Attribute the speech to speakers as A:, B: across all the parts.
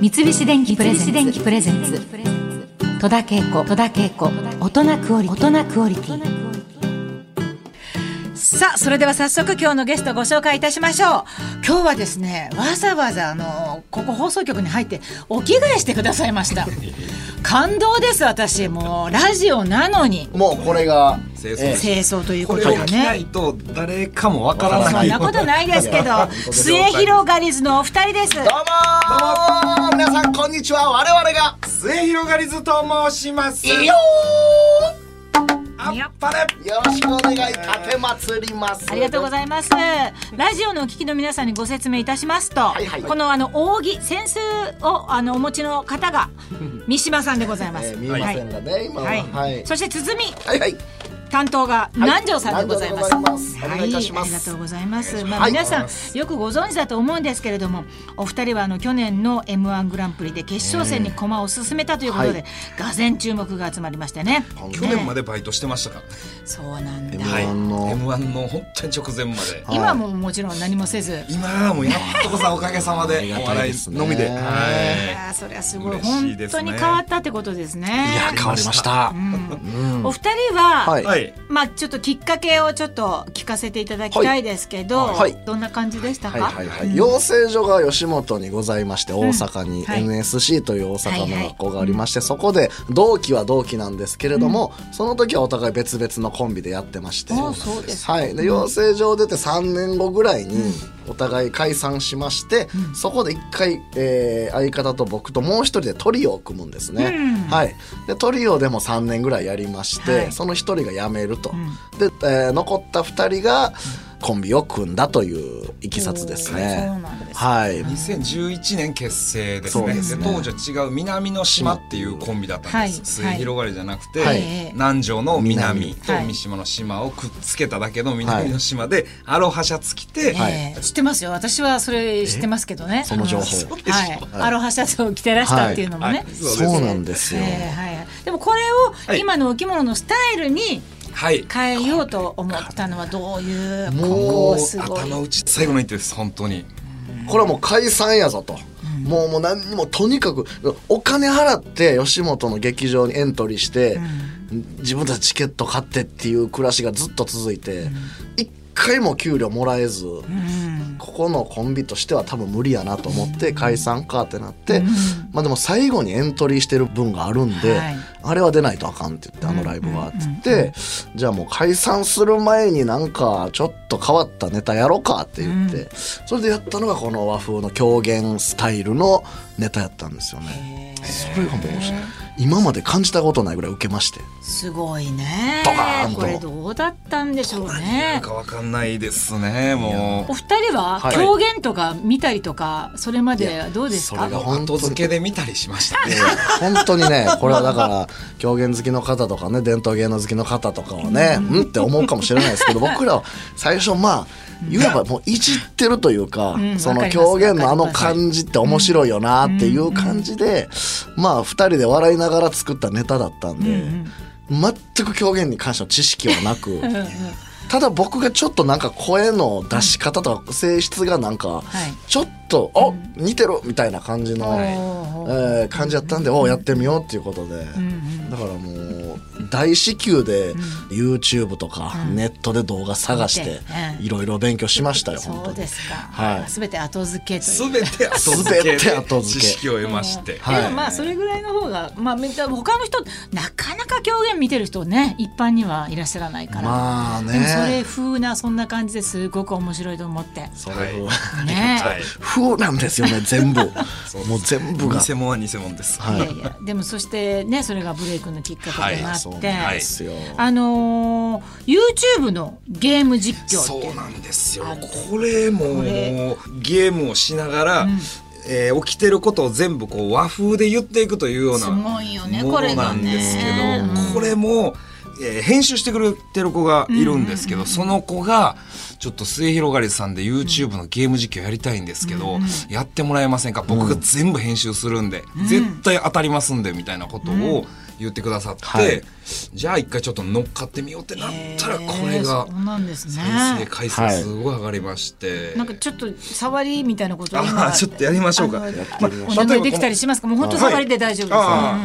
A: 三菱電機プレゼンツ戸田恵子戸田恵子大人クオリティ大人クオリティ
B: さあそれでは早速今日のゲストご紹介いたしましょう今日はですねわざわざあのここ放送局に入ってお着替えしてくださいました 感動です私もうラジオなのに
C: もうこれが
D: 清掃
C: ええ
B: 清掃という
D: こ
B: こと
D: れを
B: で
D: 着ない
B: ね
D: と誰かもわから
B: そ
D: なんい。
B: なことないですけど 末広がりずのお二人です
C: どうもー皆さんこんにちは我々が
D: 末広がりずと申します。
C: いいよ
D: あっぱれ。
C: ーよろしくお願い立てまつります
B: ありがとうご
C: い
B: ざいます。ラジオのお聞きの皆さんにご説明いたしますと、
C: いはい
B: このあの扇扇子をあのお持ちの方 が三島さんでございます。
C: えー見えませんがね、今は
B: は。
C: はいい、はい
B: そして鼓
C: はいはい
B: 担当が南條さんでございます。
C: 南條でございますお願いいたしま
B: はい、あ
C: す
B: りがとうございます。
C: お願いします
B: まあ、
C: はい
B: 皆さんよくご存知だと思うんですけれども、お二人はあの去年の M1 グランプリで決勝戦に駒を進めたということ
C: は
B: で、がぜん注目が集まりましてね。
D: 去年までバイトしてましたか
B: そうなんだ。
D: ら。はい。
C: M1 の
D: M1 の本当に直前まで。
B: 今はもうもちろん何もせず。
D: 今はもうやっとこさおかげさまで
C: が
D: お
C: た
D: 笑
C: いで
D: い
C: すね
D: のみで。
C: はい
B: い
D: は
B: やーそりゃすごい
D: 嬉しい
B: 本
D: です
B: 当
D: ね
B: に変わったってことですね
C: いや変わりました、
B: お二人は、
C: はい
D: い。はい。
B: まあちょっときっかけをちょっと聞かせていただきたいですけど、
C: はいはい
B: どんな感じでした
C: は
B: か、
C: いはいはい、養成所が吉本にございまして大阪に
B: はい
C: NSC という大阪の学校がありましてそこで同期は同期なんですけれどもその時はお互い別々のコンビでやってまして
B: あそうですか
C: はい、で養成所を出て3年後ぐらいにお互い解散しましてそこで一回、えー相方と僕ともう一人でトリオを組むんですね、はい、でトリオでも3年ぐらいやりまして、
B: はい
C: その一人が辞めると、で、えー残った2人がコンビを組んだといういきさつですね
B: そうなんですね
C: はい
D: 2011年結成です
C: そう
D: ね
C: ですね
D: で当時は違う南の島っていうコンビだったんです、
B: はいはい
D: 末広がりじゃなくて、
C: はい
D: 南城の南と
B: はい
D: 三島の島をくっつけただけの南の島でアロハシャツ着て、
C: はい
B: えー知ってますよ私はそれ知ってますけどね
C: その情報
B: あ
C: そう
D: でしょ
B: はい、アロハシャツを着てらしたっていうのもね、
D: はいはい
C: そうなんですよ、
B: えーはい、でもこれを
D: はい
B: 今のお着物のスタイルに
D: はい
B: 変えようと思ったのはどういう
C: もう
B: こすごい
D: 頭打ち最後の一手です本当に
C: これはもう解散やぞと。もうもう何にもとにかくお金払って吉本の劇場にエントリーして、自分たちチケット買ってっていう暮らしがずっと続いて、一回も給料もらえず、ここのコンビとしては多分無理やなと思って解散かってなって、まあでも最後にエントリーしてる分があるんで、
B: はい
C: あれは出ないとあかんって言ってあのライブはって言って、じゃあもう解散する前になんかちょっと変わったネタやろうかって言って、それでやったのがこの和風の狂言スタイルのネタやったんですよね。それがもう今まで感じたことないぐらい受けまして。
B: すごいね
C: ドカーンと
B: これどうだったんでしょう
D: な
B: ね
D: んかわかんないですねもう
B: お二人は
C: はい
B: 狂言とか見たりとかそれまでどうです
C: いや
B: か
C: それが
D: 後付けで見たりしましたね
C: 本当にねこれはだから狂言好きの方とかね伝統芸能好きの方とかはねうんって思うかもしれないですけど僕らは最初まあ言えばもういじってるというか
B: ん
C: そ
B: わか
C: の
B: ります
C: 狂言のあの感じって面白いよなっていう感じでまあ2人で笑いながら作ったネタだったんで全く狂言に関しての知識はなく。ただ僕がちょっとなんか声の出し方とか性質がなんか
B: い
C: ちょっと「あ似てる!」みたいな感じの
B: お
C: えー感じやったんで、おうやってみようっていうことで、だからもう大至急で YouTube とかネットで動画探し
B: 見て
C: て
B: うん
C: いろいろ勉強しましたよ、本
B: そ
C: 当
B: う
C: に
B: で。す
C: は
B: か
C: い
B: すべて後付けという
D: 全て後付けで
C: 全て後付
D: 知
C: け
D: 識を得まして、
C: はい
B: でもまあそれぐらいの方がまあめっちゃ他の人なかなか狂言見てる人ね一般にはいらっしゃらないから
C: まあ
B: でもそれ
C: ね。
B: 風なそんな感じですごく面白いと思って
C: それ
D: はい
B: ね
D: はい
C: 不なんで すよね、全部。
D: う
C: もう全部が。
D: 偽物は偽物です、
C: はい
B: いやいやでもそしてねそれがブレイクのきっかけとなって、
C: そうなんですよ。
B: あのー、YouTube のゲーム実況っ
D: そ
B: て
D: うなんですよこれも
B: れ
D: ゲームをしながら、えー起きてることを全部こう和風で言っていくというような
B: すごいよね
D: も
B: これ
D: の
B: が
D: な
B: ね
D: んですけどこ
B: う
D: れ,、も、えー編集してくれてる子がいるんですけど、その子がちょっと末広がりさんで YouTube のゲーム実況やりたいんですけど、やってもらえませんか僕が全部編集するんで、絶対当たりますんでみたいなことを言ってくださって、
C: はい
D: じゃあ一回ちょっと乗っかってみようってなったらこれが
B: そうなんですね
D: 再生回数すごい上がりまして、
B: なんかちょっと触りみたいなことを今
D: あちょっとやりましょうか
B: あの
D: やって
B: お願いできたりしますかもう本当触りで大丈夫です、
D: ああ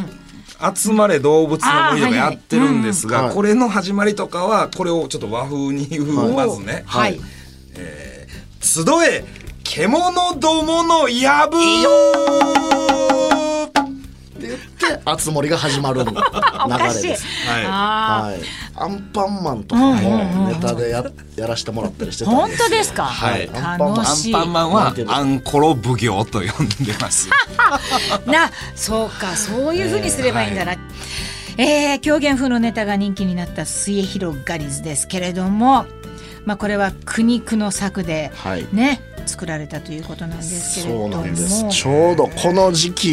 D: 集まれ動物の森とかやってるんです
C: あーはい
D: が、
C: はい
D: これの始まりとかはこれをちょっと和風に言う
B: うん
D: まずね、
B: はい、
D: 集え獣どものやぶ
C: て言って熱盛が始まる流
B: あおか
C: れ
B: しい、
C: です。
D: はい
B: あ
C: はい、アンパンマンとかもネタでや,、やらしてもらったりして
B: ー
C: たん
B: 本
C: ですよ
B: 当ですか、
D: はい
B: 楽
D: ア
B: し
D: ン
B: い
D: パンマンはアンコロ奉行と呼んでます。
B: なそうかそういうふうにすればいいんだな、えー狂言風のネタが人気になった末広がりずですけれどもまあこれは苦肉の策で
C: はい
B: ね、作られたということなんですけれ
C: そ
B: ど
C: う
B: も
C: なんですちょうどこの時期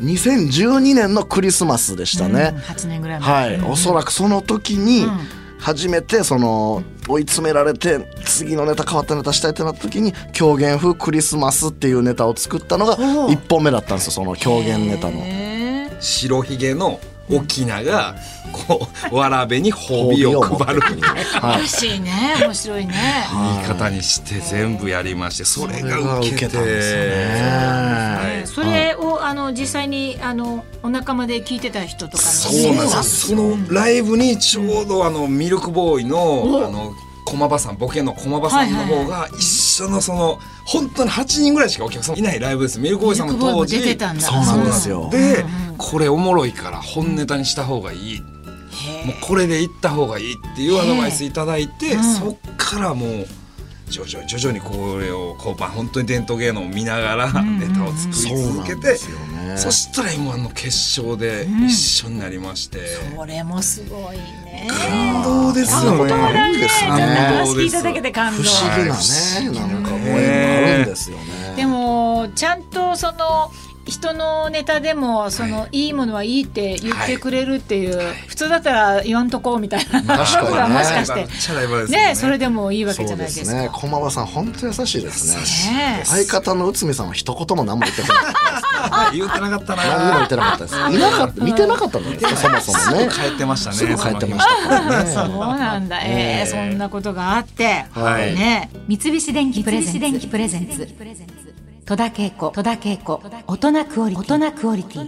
C: 2012年のクリスマスでしたね
B: うん、8年ぐらい前
C: はい、おそらくその時に
B: うん
C: 初めてその追い詰められて次のネタ変わったネタしたいってなった時に狂言風クリスマスっていうネタを作ったのが
B: おう
C: 1本目だったんですよその狂言ネタの。
B: へー
D: 白ひげの沖縄がこうわらべ に褒美を配るという
C: はい
B: らしいね面白いね
D: 言い方にして全部やりましてそれが受
C: それが受け
D: けて
C: たんですよね
D: はい
B: それをあの実際にあのお仲間で聞いてた人とかも
D: そうなんですそのライブにちょうどあのミルクボーイのあの駒場さんボケの駒場さんの方が一緒のその本当に8人ぐらいしかお客さんいないライブですミルクボーイさんも当時
B: ミルクボーイも出てたんだ
C: そうなんですよ
D: でこれおもろいから本ネタにした方がいいもうこれで行った方がいいっていうアドバイスいただいて、そっからもう徐々に徐々にこれをこう、まあ、本当に伝統芸能を見ながらネタを作
C: そ
D: り続け
C: うなんで
D: て、
C: すよね
D: そしたら m 1の決勝で一緒になりまして、
B: これもすごいね
D: 感動ですよ
C: 本当だね
D: ね。
C: いいです
B: ち
C: ね
B: ょっと話聞いただけで感
C: 不
B: 動
C: 思議なねなんかご縁があるんですよね。
B: でもちゃんとその人のネタでもその、、
D: はい
B: いものはいいって言ってくれるっていう、
D: はい
B: 普通だったら言わんとこうみたいな
C: 確かに
B: こ
C: ね
B: とはもしかして
D: めっちゃライバルですよ
B: ね
D: ね
B: それでもいいわ
C: そ
B: け
C: う
B: じゃない
C: で
B: です
C: す
B: か。
C: ね。駒場さん本当優しいですね。
B: ね
C: 相方の内海さんは一言も何も言ってこない。
D: 言うてなかった
C: 何にも言
D: な
C: ってなかったです。いなかった、見てなかったの ね。そもそもね。
D: 帰ってましたね
C: すぐ帰ってまし
B: そ
C: た
B: う
C: ね。
B: なんだ、ええ
D: ええ
B: そんなことがあって、
C: はい
B: ね
A: 三菱電機プレゼンツ
E: 三菱電機プレゼンツ
A: 戸田恵子戸田恵子大人クオリティ大人クオリティ